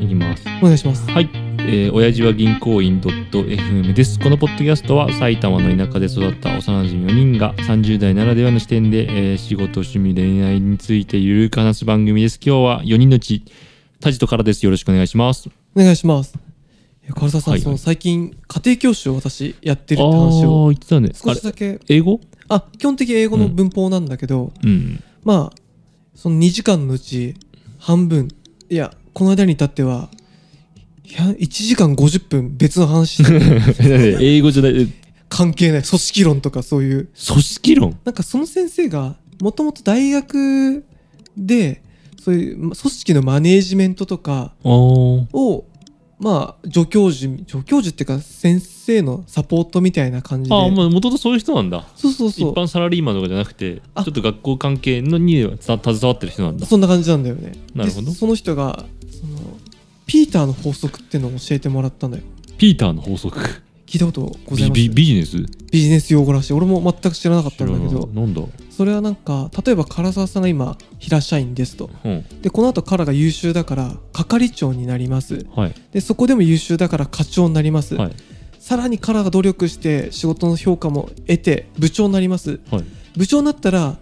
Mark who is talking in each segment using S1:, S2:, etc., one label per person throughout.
S1: いきます。
S2: お願いします。
S1: はい、えー、親父は銀行員 .fm です。このポッドキャストは埼玉の田舎で育った幼馴染4人が30代ならではの視点で、えー仕事、趣味、恋愛についてゆるく話す番組です。今日は4人のうち、タジトからです。よろしくお願いします。
S2: お願いします。いや唐沢さん、
S1: はいはい
S2: その最近、家庭教師を私やってるって
S1: あ
S2: 話
S1: ー
S2: を、
S1: 言ってたね。あ
S2: 少
S1: れ
S2: し、だけ、
S1: 英語
S2: あ、基本的に英語の文法なんだけど、
S1: うん。
S2: まあ、その2時間のうち、半分、いや、この間に至っては、いや1時間50分別の話 してる
S1: 英語じゃない、え組
S2: 関係ない組織論とかそういう
S1: 織論
S2: なんかその先生がもともと大学でそういうま組織のマネージメントとか
S1: あー
S2: をまあ助教授助教授っていうか先生のサポートみたいな感じで
S1: あー、まあ、もともとそういう人なんだ。
S2: そうそう
S1: 一
S2: そ
S1: 般サラリーマンとかじゃなくて、ちょ
S2: あ
S1: っと学校関係のに携わってる人なん
S2: う
S1: だ。
S2: そんな感じなんだよね
S1: なるほど
S2: でその人がそのピーターの法則っていうのを教えてもらったんだよ
S1: ピーターの法則。
S2: 聞いたことござい
S1: ビビ
S2: ます
S1: ビジネス
S2: ビジネス用語らしい俺も全く知らなかったんだけど
S1: なんだ
S2: それはなんか例えば唐沢さんが今平社員ですと
S1: うん
S2: でこの後からが優秀だから係長になります
S1: はい
S2: でそこでも優秀だから課長になります、
S1: はい
S2: さらにカラが努力して仕事の評価も得て部長になります
S1: はい
S2: 部長になったら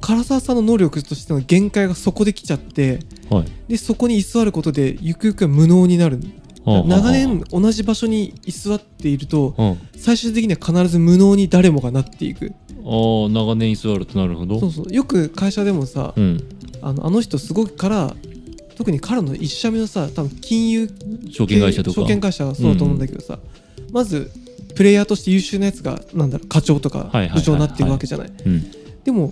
S2: 唐沢さんの能力としての限界がそこで来ちゃって
S1: はい
S2: でそこに居座ることでゆくゆくは無能になる
S1: はあはあ
S2: 長年同じ場所に居座っていると
S1: うんあ
S2: 最終的には必ず無能に誰もがなっていく
S1: あ長年居座るとなるほど
S2: そうそうよく会社でもさ、
S1: うん
S2: あのあの人すごくから特にからの一社目のさ多分金融
S1: 証券会社とか
S2: 証券会社はそうだと思うんだけどさ、まずプレイヤーとして優秀なやつがなんだろう課長とか
S1: はいはいはい
S2: 部長になってるわけじゃない,、
S1: うん
S2: でも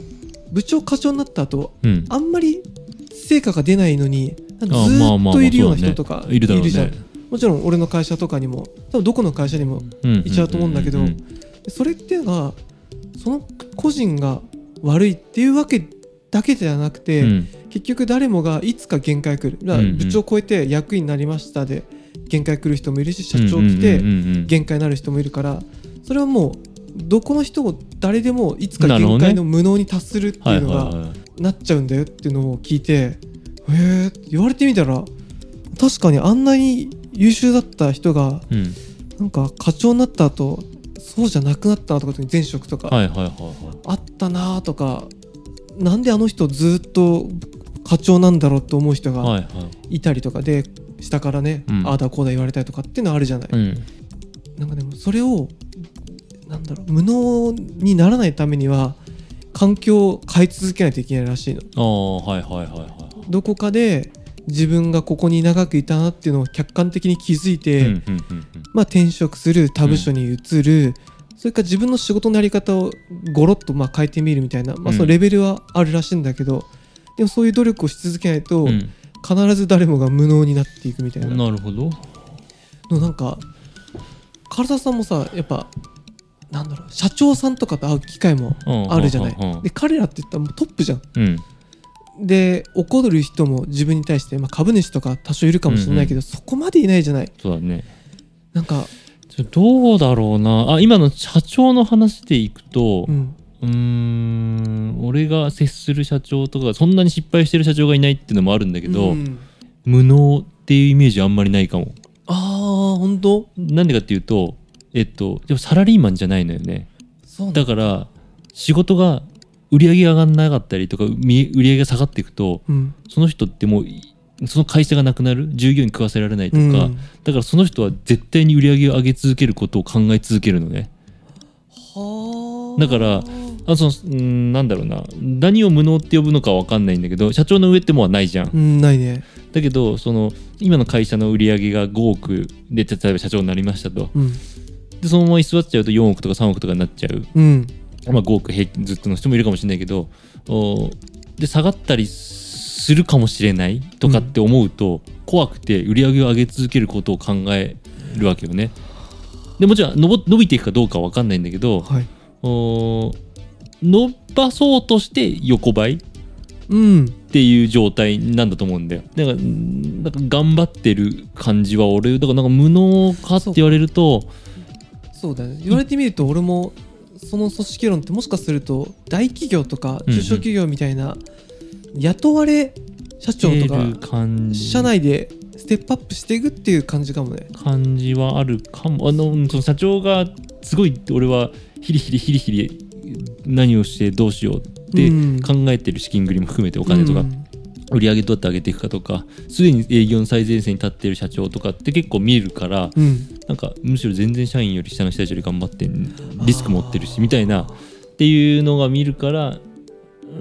S2: 部長課長になった後
S1: うん
S2: あんまり成果が出ないのになんか
S1: あ
S2: ず
S1: まあま
S2: ー
S1: あ
S2: っ
S1: まあ
S2: といるような
S1: そうだね
S2: 人とか
S1: いるだろうね
S2: じゃん、もちろん俺の会社とかにも多分どこの会社にも
S1: うん
S2: いちゃうと思うんだけど
S1: うう
S2: それっていうのはその個人が悪いっていうわけだけではなくて、
S1: うん
S2: 結局誰もがいつか限界来るだから
S1: うんうん
S2: 部長超えて役員になりましたで限界来る人もいるし社長
S1: うん
S2: 来
S1: う
S2: て
S1: んうんうん
S2: 限界になる人もいるからそれはもうどこの人も誰でもいつか
S1: なるほど
S2: 限
S1: ね
S2: 界の無能に達するって
S1: はいいう
S2: の
S1: はい
S2: が
S1: はい
S2: なっちゃうんだよっていうのを聞いてへえ言われてみたら確かにあんなに優秀だった人が
S1: うん
S2: なんか課長になった後そうじゃなくなったなとか特に前職とか
S1: はいはいはいは
S2: あったなとかなんであの人ずっと課長なんだろうと思う人
S1: いは
S2: が
S1: いはい
S2: いたりとかで、下からね、
S1: うん
S2: ああだこうだ言われたりとかっていうのはあるじゃない、
S1: うん
S2: なんかでもそれをなんだろう無能にならないためには環境を変え続けないといけないらしいの
S1: ああはいはいはいは
S2: どこかで自分がここに長くいたなっていうのを客観的に気づい
S1: いう
S2: て、
S1: んうんうんうん
S2: まあ、転職する他部署に移る、それから自分の仕事のやり方をゴロッとまあ変えてみるみたいな、まあ、そのレベルはあるらしいんだけど、でもそういう努力をし続けないと、
S1: うん
S2: 必ず誰もが無能になっていくみたいな
S1: な
S2: の
S1: るほど
S2: なんか唐沢さんもさやっぱなんだろう社長さんとかと会う機会も
S1: うん
S2: あるじゃない、
S1: うんうん
S2: で彼らって言ったらもうトップじゃん
S1: うん
S2: で怒る人も自分に対して、まあ、株主とか多少いるかもしれないけ
S1: うん
S2: ど、
S1: う
S2: そこまでいないじゃない
S1: そうだね
S2: なんか
S1: ちょどうだろうなあ今の社長の話でいくと
S2: うん
S1: うーん俺が接する社長とかそんなに失敗してる社長がいないっていうのもあるんだけど、
S2: うん
S1: 無能っていうイメージあんまりないかも
S2: ああ本当
S1: なんでかっていうとえっとでもサラリーマンじゃないのよね
S2: そうなんだ
S1: だから仕事が売り上げが上がんなかったりとかみ売り上げが下がっていくと
S2: うん
S1: その人ってもういその会社がなくなる従業員食わせられないと
S2: う
S1: か、
S2: ん、は
S1: だからその人は絶対に売り上げを上げ続けることを考え続けるのね
S2: あ
S1: だからあそのうんなんだろうな何を無能って呼ぶのかわかんないんだけど社長の上ってもうはないじゃん、
S2: うんないね
S1: だけどその今の会社の売り上げが5億で例えば社長になりましたと
S2: うん
S1: でそのまま居座っちゃうと4億とか3億とかになっちゃう、
S2: うん
S1: まあ、5億平均ずっとの人もいるかもしれないけどおで下がったりするかもしれないとかって思うと、怖くて売り上げを上げ続けることを考えるわけよねでもちろん伸ぼ伸びていくかどうかは分かんないんだけど、
S2: はい
S1: お伸ばそうとして横ばいっ
S2: うん
S1: ていう状態なんだと思うんだよだからうんなんか頑張ってる感じは俺だからなんか無能かって言われると
S2: そうだね言われてみると俺もその組織論ってもしかすると大企業とか中小企業みたいな雇われ社長と
S1: 出る
S2: か
S1: 感じ
S2: 社内でステップアップしていくっていう感じかもね
S1: 感じはあるかもあのうんその社長がすごい俺はヒリヒリヒリヒリ何をしてどうしようって
S2: うん
S1: 考えてる資金繰りも含めてお金とか、
S2: うん
S1: 売り上げどうやって上げていくかとかすでに営業の最前線に立ってる社長とかって結構見えるから
S2: うん
S1: なんかむしろ全然社員より下の人たちより頑張ってんリスク持ってるしみたいなっていうのが見るから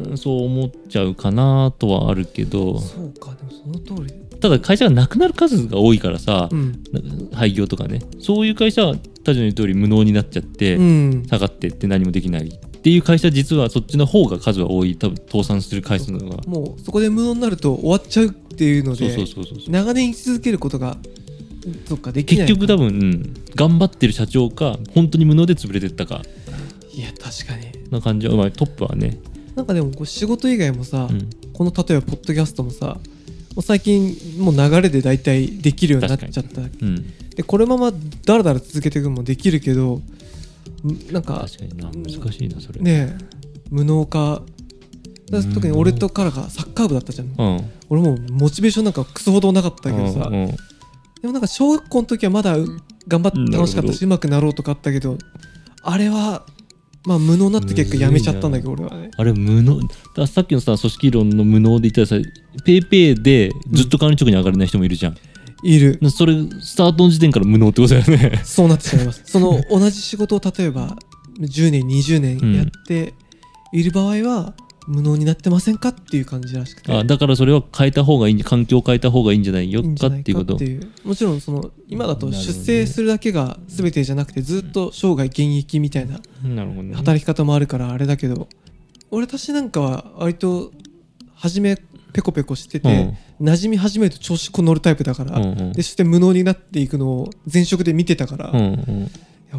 S1: うんそう思っちゃうかなとはあるけど
S2: そうかでもその通り
S1: ただ会社がなくなる数が多いからさ
S2: う、ん
S1: なんか廃業とかねそういう会社は他女の言う通り無能になっちゃって、
S2: うん
S1: 下がってって何もできないっていう会社実はそっちの方が数は多い多分倒産する回数の方が
S2: もうそこで無能になると終わっちゃうっていうの
S1: そう
S2: で
S1: そうそうそうそう
S2: 長年生き続けることがそっかできな
S1: 結
S2: い
S1: 局多分、うん頑張ってる社長か本当に無能で潰れてったか
S2: いや確かに
S1: な感じは、まあ、トップはね、
S2: なんかでもこう仕事以外もさ、
S1: うん
S2: この例えばポッドキャストもさもう最近もう流れで大体できるようになっちゃった
S1: うん、
S2: でこのままだらだら続けていくのもできるけどんなんか
S1: 確かにな難しいなそれ、
S2: ねえ無能化だから
S1: うん
S2: 特に俺とからがサッカー部だったじゃん
S1: うん
S2: 俺もうモチベーションなんかクソほどなかったけどさ
S1: うんうん
S2: でもなんか小学校の時はまだ頑張って楽しかったしうまくなろうとかあったけどあれはまあ無能になって結果やめちゃったんだけど俺はね
S1: あれ無能ださっきのさ組織論の無能で言ったらさペイペイでずっと管理職に上がれない人もいるじゃん、
S2: いる
S1: それスタートの時点から無能ってことだよね
S2: そうなってしまいますその同じ仕事を例えば10年20年やっている場合は無能になってませんかっていう感じらしくて
S1: あだからそれは変えた方がいいんじゃ環境を変えた方がいいんじゃないよ
S2: いいんじ
S1: か
S2: ゃな
S1: っていうこと
S2: っていうもちろんその今だと
S1: なるほど
S2: 出
S1: ね
S2: 世するだけが全てじゃなくてずっと生涯現役みたいな
S1: なるほどね
S2: 働き方もあるからあれだけど俺私なんかは割と初めペコペコしてて、馴染み始めると調子こう乗るタイプだから、
S1: うんうんうん
S2: でそして無能になっていくのを前職で見てたから、
S1: う
S2: い
S1: んうん
S2: や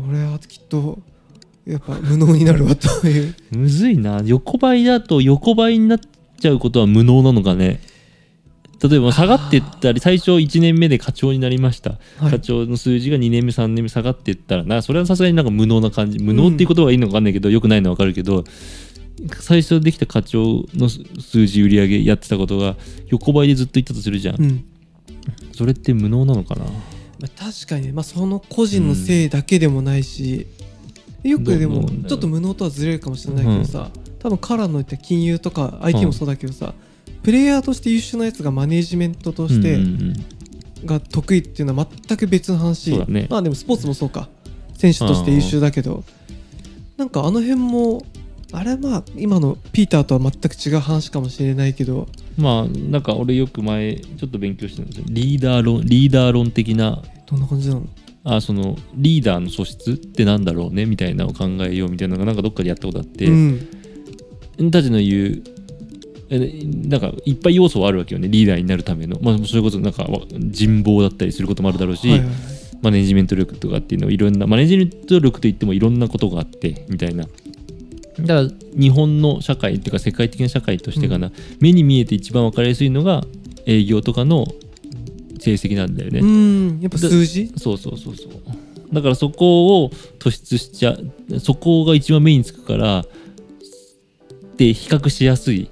S2: 俺はきっとやっぱ無能になるわと いう
S1: むずいな横ばいだと横ばいになっちゃうことは無能なのかね例えば下がってったり最初1年目で課長になりました、
S2: はい
S1: 課長の数字が2年目3年目下がってったらなそれはさすがになんか無能な感じ無能っていうことはいいのか分かんないけど、よくないのは分かるけど最初できた課長の数字売り上げやってたことが横ばいでずっといったとするじゃん、
S2: うん
S1: それって無能なのかな
S2: まあ、確かにね、まあ、その個人のせいだけでもないし、よ
S1: どう
S2: くで
S1: どう
S2: も
S1: なんだろう
S2: ちょっと無能とはずれるかもしれないけどさ、多分カラーの言った金融とか IT もそうだけどさ、プレイヤーとして優秀なやつがマネージメントとし
S1: うんう
S2: て
S1: んうん
S2: が得意っていうのは全く別の話、
S1: そうだね
S2: まあでもスポーツもそうか選手として優秀だけどなんかあの辺もあれはまあ今のピーターとは全く違う話かもしれないけど
S1: まあなんか俺よく前ちょっと勉強してたんですよリーダー論リーダー論的な
S2: どんな感じなの
S1: あそのリーダーの素質ってなんだろうねみたいなのを考えようみたいなのがなんかどっかでやったことあって、
S2: うん
S1: 俺たちの言うえなんかいっぱい要素はあるわけよねリーダーになるための、まあ、それこそなんかわ人望だったりすることもあるだろうし、
S2: はいはいはい
S1: マネジメント力とかっていうのをいろんなマネジメント力といってもいろんなことがあってみたいなだから日本の社会っていうか世界的な社会としてかな、目に見えて一番分かりやすいのが営業とかの成績なんだよね、
S2: うんやっぱ数字
S1: そうそうそうそうだからそこを突出しちゃそこが一番目につくからで比較しやすい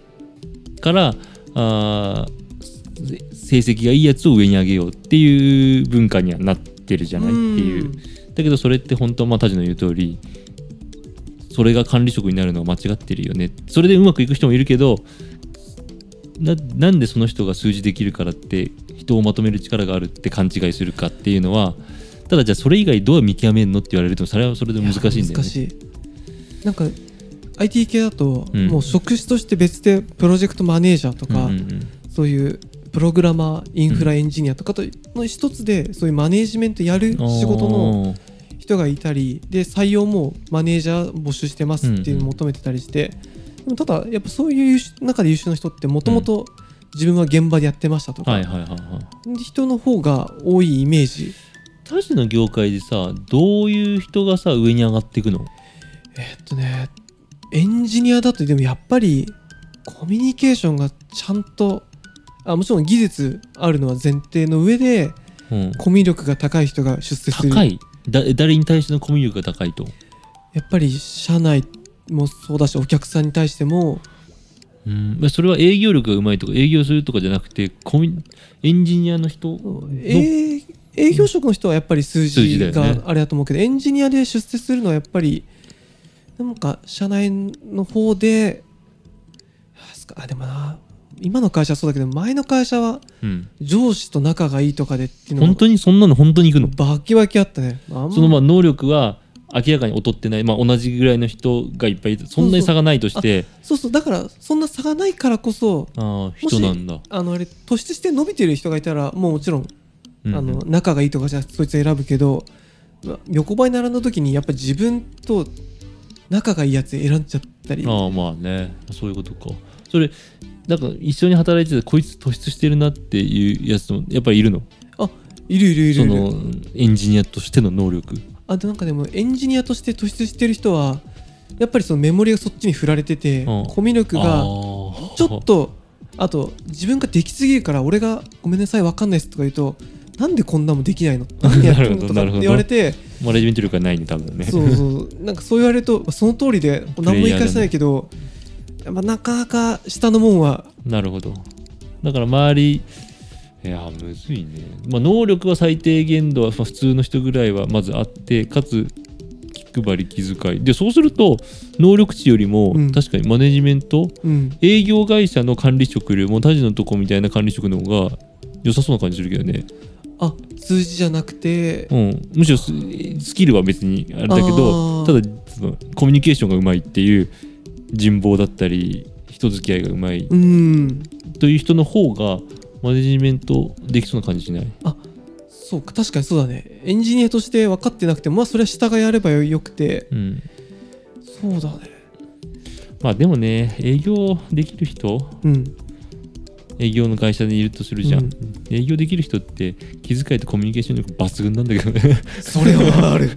S1: からあーせ成績がいいやつを上に上げようっていう文化にはなってるじゃないっていう
S2: うん
S1: だけどそれって本当はまあ田地の言う通りそれが管理職になるのは間違ってるよねそれでうまくいく人もいるけどななんでその人が数字できるからって人をまとめる力があるって勘違いするかっていうのはただじゃあそれ以外どう見極めるのって言われるとそれはそれで難しいんだよね。
S2: 難しいなんか IT 系だと、
S1: うん
S2: もう職種として別でプロジェクトマネージャーとか、
S1: うんうんうん
S2: そういうプログラマーインフラエンジニアとかとの一つでそういうマネージメントやる仕事の
S1: おー
S2: 人がいたりで採用もマネージャー募集してますっていうのを求めてたりして、でもただやっぱそういう優秀中で優秀な人ってもともと自分は現場でやってましたとか、
S1: はいはいはいはい。
S2: 人の方が多いイメージ
S1: 田地の業界でさどういう人がさ上に上がっていくの
S2: えっとねエンジニアだとでもやっぱりコミュニケーションがちゃんとあもちろん技術あるのは前提の上で
S1: うん
S2: コミュ力が高い人が出世する
S1: 高いだ誰に対してのコミュ力が高いと。
S2: やっぱり社内もそうだしお客さんに対しても
S1: うんまあそれは営業力がうまいとか営業するとかじゃなくてコミュエンジニアの人の
S2: 営営業職の人はやっぱり数
S1: 数字だ
S2: 字
S1: よね
S2: があれだと思うけど、エンジニアで出世するのはやっぱりなんか社内の方であすかあでもな今の会社はそうだけど前の会社は
S1: うん、
S2: 上司と仲がいいとかでっていうのも
S1: 本当にそんなの本当に行くの
S2: バキバキあったねあんま
S1: そのまあ能力は明らかに劣ってない、まあ、同じぐらいの人がいっぱいいるそんなに差がないとして
S2: そうそうだからそんな差がないからこそ
S1: ああ
S2: も
S1: 人
S2: し
S1: なんだ、
S2: あのあれ突出して伸びてる人がいたらもうもちろん、
S1: うん
S2: あの仲がいいとかじゃなくてそいつ選ぶけどまあ横ばい並んだ時にやっぱ自分と仲がいいやつ選んじゃったり
S1: ああまあねそういうことかそれなんか一緒に働いててこいつ突出してるなっていうやつもやっぱりいるの
S2: いるいるいる
S1: そ
S2: いる
S1: のエンジニアとしての能力
S2: あとなんかでもエンジニアとして突出してる人はやっぱりそのメモリがそっちに振られてて、
S1: うん
S2: コミュ力
S1: あ
S2: が
S1: ー
S2: ちょっとあと自分ができすぎるから俺が「ごめんなさいわかんないです」とか言うと「なんでこんなもんできないの?」なんでやってるのとか
S1: な
S2: っ
S1: る
S2: て
S1: ほど
S2: 言われて
S1: マネジメント力がないね多分ね
S2: そうそうなんかそう言われるとその通り
S1: レイ
S2: で
S1: ヤーだね
S2: 何も言い返せないけど、まあ、なかなか下のもんは
S1: なるほどだから周りいやーむずいね、まあ、能力は最低限度はまあ普通の人ぐらいはまずあってかつ気配り気遣いでそうすると能力値よりも
S2: うん
S1: 確かにマネジメント、
S2: うん
S1: 営業会社の管理職よりも他人のとこみたいな管理職の方が良さそうな感じするけどね、
S2: あ数字じゃなくて
S1: うん、むしろススキルは別にあれだけど
S2: あー
S1: ただそのコミュニケーションがうまいっていう人望だったり人付き合いがうまい
S2: うん
S1: という人の方がマネジメントできそうな感じしない
S2: そうか確かにそうだねエンジニアとして分かってなくてもまあそれは下がやればよくて
S1: うん
S2: そうだね
S1: まあでもね営業できる人
S2: うん
S1: 営業の会社にいるとするじゃん、
S2: うん
S1: 営業できる人って気遣いとコミュニケーション力抜群なんだけどね
S2: それはある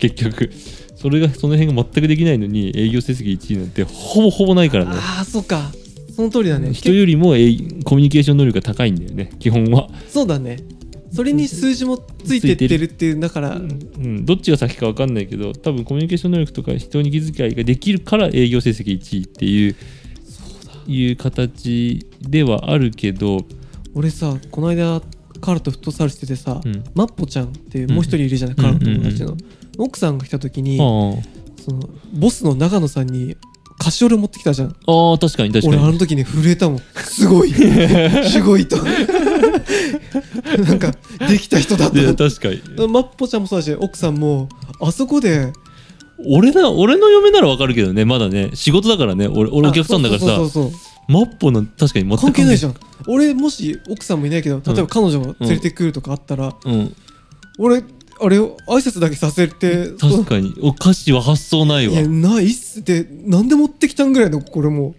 S1: 結局それがその辺が全くできないのに営業成績1位なんてほぼほぼないからね
S2: ああそうかその通りだね
S1: 人よりも営コミュニケーション能力が高いんだよね基本は、
S2: そうだねそれに数字もついてってるっていうだから、
S1: うん、どっちが先か分かんないけど多分コミュニケーション能力とか人に気遣いができるから営業成績1位っていういう形ではあるけど、
S2: 俺さこの間カールとフットサルしててさ、
S1: うん
S2: マッポちゃんっていうもう一人いるじゃない、カールの友達
S1: う
S2: の、
S1: ん
S2: 奥さんが来た時に、
S1: あ
S2: そのボスの長野さんにカシオレ持ってきたじゃん
S1: あああ確かに確か
S2: 俺あ
S1: に
S2: の時に震えたもん すごいすごいとなんかできた人だと
S1: い
S2: 思
S1: や
S2: って
S1: 確かに
S2: マッポちゃんもそうだし奥さんもあそこで
S1: 俺な俺の嫁ならわかるけどねまだね仕事だからね俺俺お客さんだから
S2: あそう
S1: さ
S2: そうそうそう
S1: マッポの確かに全く
S2: 関係ないじ
S1: ゃん
S2: ゃん俺もし奥さんもいないけど例えば彼女を連れてくるとかあったら、
S1: うん、
S2: 俺あれを挨拶だけさせて
S1: 確かにお菓子は発想ない
S2: い
S1: わ
S2: やないっすってなんで持ってきたんぐらいのこれも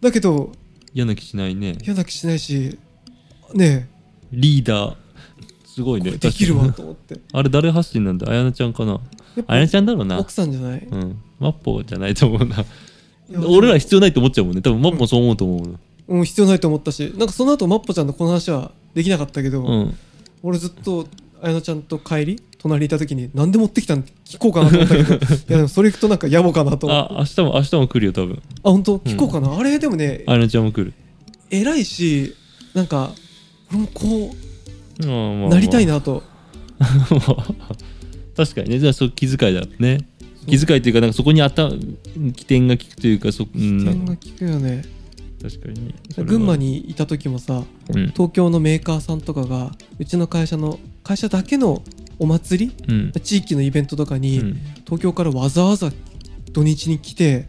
S2: だけど
S1: 嫌な気しないね
S2: 嫌な気しないしね
S1: リーダーすごい
S2: え
S1: ね
S2: これできる
S1: 確かに
S2: わと思って
S1: あれ誰発信なんだあやなちゃんかな
S2: やっぱ
S1: あやなちゃんだろうな
S2: 奥さんじゃない
S1: うんマッポじゃないと思うない
S2: や
S1: 俺ら必要ないと思っちゃうもんね多分マッポもそう思うと思うの
S2: うん必要ないと思ったしなんかその後マッポちゃんのこの話はできなかったけど、
S1: うん
S2: 俺ずっと綾乃ちゃんと帰り隣にいた時に何で持ってきたん聞こうかなと思った けどいやでもそれ行くとなんか野暮かなと思って
S1: あ明日も明日も来るよ多分
S2: あ本当聞こうかな、あれでもね
S1: あやなちゃんも来る
S2: 偉いしなんか俺もこ
S1: うんまあま
S2: う
S1: あ
S2: なりたいなと、
S1: 確かにねじゃあそう気遣いだね気遣いというかなんかそこにあた起点が効くというかそ、うん、
S2: 点が聞くよね
S1: 確かに
S2: 群馬
S1: に、
S2: にいた時もさ
S1: うん
S2: 東京のメーカーさんとかがうちの会社の会社だけのお祭り
S1: うん
S2: 地域のイベントとかに、
S1: うん
S2: 東京からわざわざ土日に来て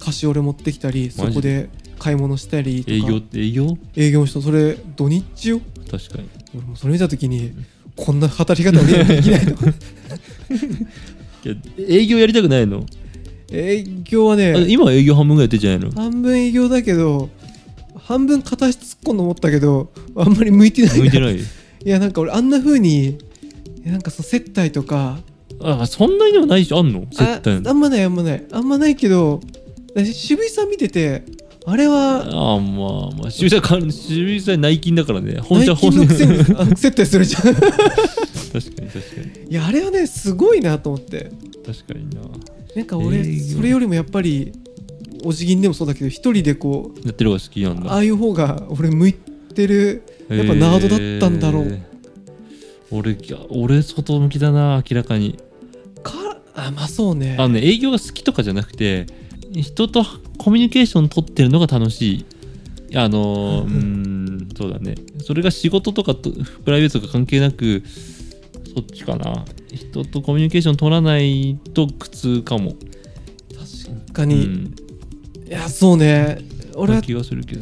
S2: 菓子折れ持ってきたりそこで買い物したりとか
S1: 営業って営業
S2: 営業の人それ土日よ
S1: 確かに
S2: 俺もそれ見た時にこんな働き方ねできな いの
S1: いや営業やりたくないの
S2: 営業は
S1: あ
S2: ね
S1: 今は営業半分ぐらいやってんじゃないの
S2: 半分営業だけど半分片足突っ込んで思ったけどあんまり向いてない
S1: 向いてない
S2: いやなんか俺あんな風にいやなんかその接待とか
S1: あそんなにでもないでしょあんの接
S2: あ
S1: 待の
S2: あんまないあんまないあんまないけど私渋井さん見ててあれは
S1: ああまあまあ渋谷さん渋谷さん内勤だからね本社
S2: 内
S1: 本
S2: 勤
S1: 社
S2: のく
S1: 確
S2: せにあの接待するじゃん
S1: かに確かに
S2: いやあれはねすごいなと思って
S1: 確かにな
S2: なんか
S1: え
S2: 俺
S1: ー
S2: それよりもやっぱりお辞儀でもそうだけど一人でこう
S1: やってる方が好きなんだ
S2: ああいう方が俺向いてるやっぱナードだったんだろう
S1: へー俺いや俺外向きだな明らかに
S2: かあまあそうね
S1: あのね営業が好きとかじゃなくて人とコミュニケーション取ってるのが楽しいあのーう
S2: うん
S1: ーんそうだねそれが仕事とかとプライベートとか関係なくそっちかな人とコミュニケーション取らないと苦痛かも、
S2: 確か
S1: う
S2: に、
S1: ん、
S2: いやそうね俺
S1: な
S2: は
S1: 気がするけど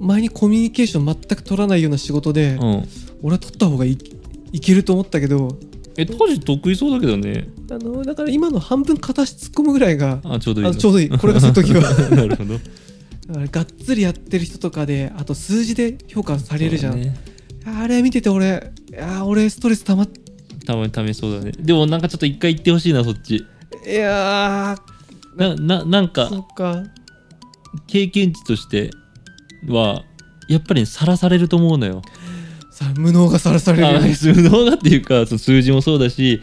S2: 前にコミュニケーション全く取らないような仕事で、
S1: な、うん、
S2: 俺は取った方がいいけると思ったけど
S1: え当時得意そうだけどね
S2: あのだから今の半分片足突っ込むぐらいが
S1: あちょうどいい
S2: あ
S1: な
S2: ちょうどいいこれがそういう時は
S1: なるほど
S2: だからがっつりやってる人とかであと数字で評価されるじゃん、
S1: そうだね
S2: あれ見てて俺いやー俺ストレス溜まって
S1: たまに試しそうだねでもなんかちょっと一回行ってほしいなそっち
S2: いや
S1: なななん
S2: ー
S1: か
S2: そっか
S1: 経験値としてはやっぱりねさらされると思うのよ。
S2: さ無能がさらされるよ
S1: あ
S2: ね
S1: 数動画っていうかその数字もそうだし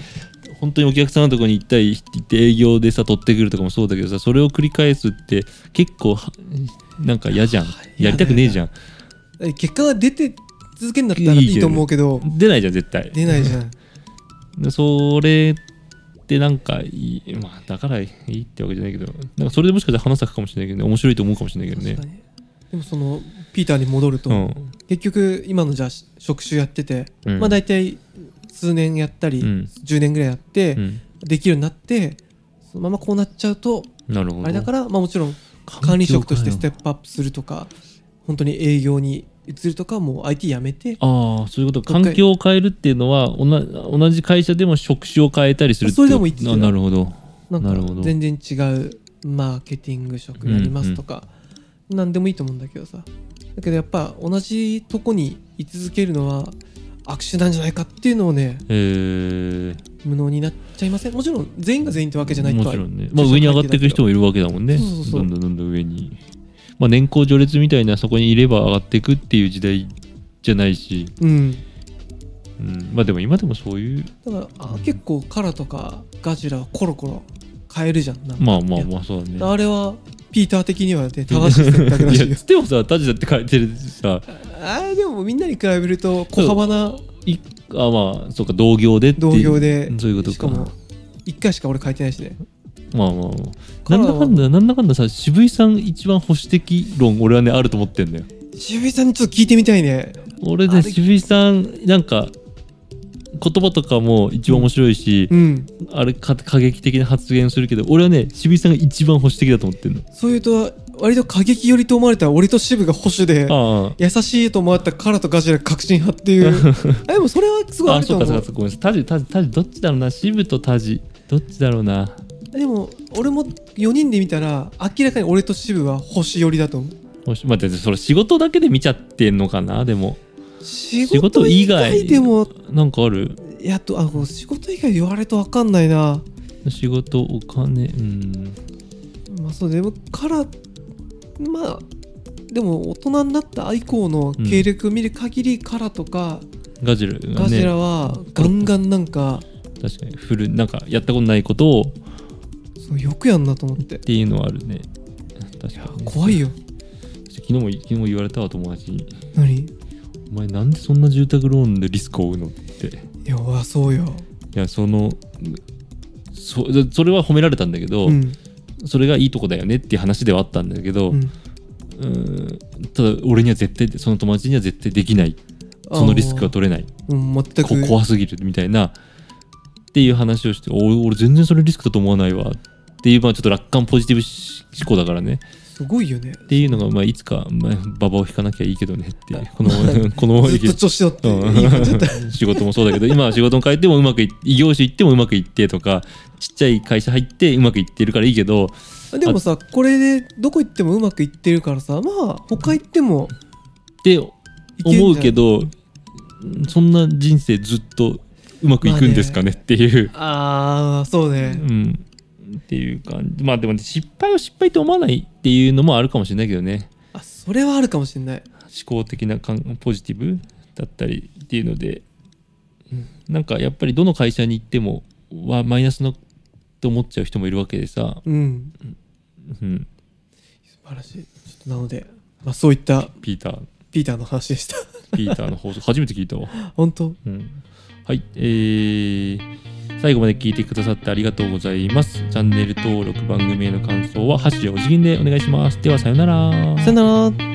S1: 本当にお客さんのところに行ったり行って営業でさ取ってくるとかもそうだけどさそれを繰り返すって結構はなんか嫌じゃんやりたくねえじゃん
S2: 結果が出て続けんだったらいいと思うけど
S1: 出ないじゃん絶対
S2: 出ないじゃん
S1: でそれってなんかいいまあだからいいってわけじゃないけどなんかそれでもしかしたら花咲くかもしれないけどね面白いと思うかもしれないけど
S2: 確
S1: ね
S2: かにでもそのピーターに戻ると、
S1: うん
S2: 結局今のじゃあ職種やってて、
S1: うん
S2: まあ大体数年やったり、
S1: うん
S2: 10年ぐらいやって、
S1: うん
S2: できるようになってそのままこうなっちゃうと
S1: なるほど
S2: あれだから、まあ、もちろん
S1: 環境
S2: 管理職とし
S1: か
S2: て
S1: よ
S2: ステップアップするとか本当に営業に移るとかもう IT やめて
S1: ああそういうこと
S2: もう一回
S1: 環境を変えるっていうのはおな同じ会社でも職種を変えたりするって
S2: それでもいいって言
S1: あ
S2: ってた
S1: なるほど
S2: なん
S1: なるほ
S2: か
S1: ど
S2: 全然違うマーケティング職やりますとか、なんでもいいと思うんだけどさだけどやっぱ同じとこに居続けるのは握手なんじゃないかっていうのをね
S1: えー、
S2: 無能になっちゃいませんもちろん全員が全員ってわけじゃない
S1: も
S2: とは
S1: ちろんね、まあ、上に上がっていく人もいるわけだもんね
S2: そうそうそう
S1: どんどんどんどん上に、まあ、年功序列みたいなそこにいれば上がっていくっていう時代じゃないし、
S2: うん
S1: うん、まあでも今でもそういう
S2: だからあ、
S1: うん
S2: 結構カラとかガジラはコロコロ変えるじゃんなんか
S1: まあまあまあそうだね
S2: あれはピーター的には、ね、正しい選択らしい
S1: い
S2: で
S1: や
S2: す
S1: でもさタジだって書いてるしさ
S2: あーでもみんなに比べると小幅ない
S1: あまあそうか同業でっていう
S2: 同業で
S1: そういうことか
S2: しかも1回しか俺書いてないしね
S1: まあまあまあ
S2: カ
S1: な
S2: ラ
S1: ん
S2: ー
S1: だ
S2: は
S1: かんだなんだかんださ渋井さん一番保守的論俺はねあると思ってんだよ
S2: 渋井さんにちょっと聞いてみたいね
S1: 俺
S2: あ
S1: ね
S2: れ
S1: 渋井さんなんか言葉とかも一番面白いし、
S2: うん
S1: あれか過激的な発言するけど俺はね渋井さんが一番保守的だと思ってんの
S2: そういうと割と過激寄りと思われた俺と渋が保守で
S1: ああ
S2: 優しいと思われたカラとガジラ確信派っていう あでもそれはすごいあ
S1: あ
S2: ると
S1: そうかそう
S2: 思
S1: かそうかごめんなさいタジタジタジどっちだろうな渋とタジどっちだろうな
S2: うでも俺も4人で見たら明らかに俺と渋は星寄りだと思う
S1: 保守待ってそれ仕事だけで見ちゃってんのかなでも
S2: 仕
S1: 事
S2: 事
S1: 以
S2: 以
S1: 外
S2: 外でも
S1: なんかある
S2: やっとあの仕事以外言われると分かんないな
S1: 仕事お金うん
S2: まあそうでもカラまあでも大人になった以降の経歴を見る限り、カラとか
S1: ガジラがね
S2: ガジラはガンガンなんか、
S1: 確かにフルなんかやったことないことを
S2: そうよくやんなと思って
S1: っていうのはあるね確かにね
S2: 怖いよ
S1: 昨日も昨日も言われたわ友達に
S2: 何い
S1: 「お前なんでそんな住宅ローンでリスクを負うの?」ってい
S2: やわそうよ
S1: やそのそそれは褒められたんだけど、
S2: うん、
S1: それがいいとこだよねっていう話ではあったんだけど、
S2: うん、
S1: うーんただ俺には絶対その友達には絶対できないそのリスクは取れない
S2: あーうん全
S1: こ
S2: く
S1: 怖すぎるみたいなっていう話をして俺俺全然それリスクだと思わないわっていうまあちょっと楽観ポジティブ思考だからね
S2: すごいよね
S1: っていうのが、まあ、いつか、まあ、馬場を引かなきゃいいけどねっていうこのこの
S2: ずっと調子乗って いい感じだった
S1: うん仕事もそうだけど今は仕事も変えてもうまくい異業種行ってもうまくいってとかちっちゃい会社入ってうまくいってるからいいけど
S2: でもさこれでどこ行ってもうまくいってるからさまあ他行っても
S1: って
S2: いけるんじゃない
S1: 思うけどそんな人生ずっとうまくいくんですかねっていう、
S2: ああそうね、
S1: うんっていう感じまあでも失敗を失敗と思わないっていうのもあるかもしれないけどね
S2: あそれはあるかもしれない
S1: 思考的な感ポジティブだったりっていうのでなんかやっぱりどの会社に行ってもはマイナスのと思っちゃう人もいるわけでさ、
S2: うん
S1: うん、
S2: 晴らしいちょっとなので、まあ、そういった
S1: ピーター
S2: ピーターの話でした
S1: ピーターの放送初めて聞いたわ
S2: 本当
S1: うんはい、えー、最後まで聞いてくださってありがとうございます。チャンネル登録、番組への感想は、箸でお辞儀でお願いします。では、さようなら。
S2: さよなら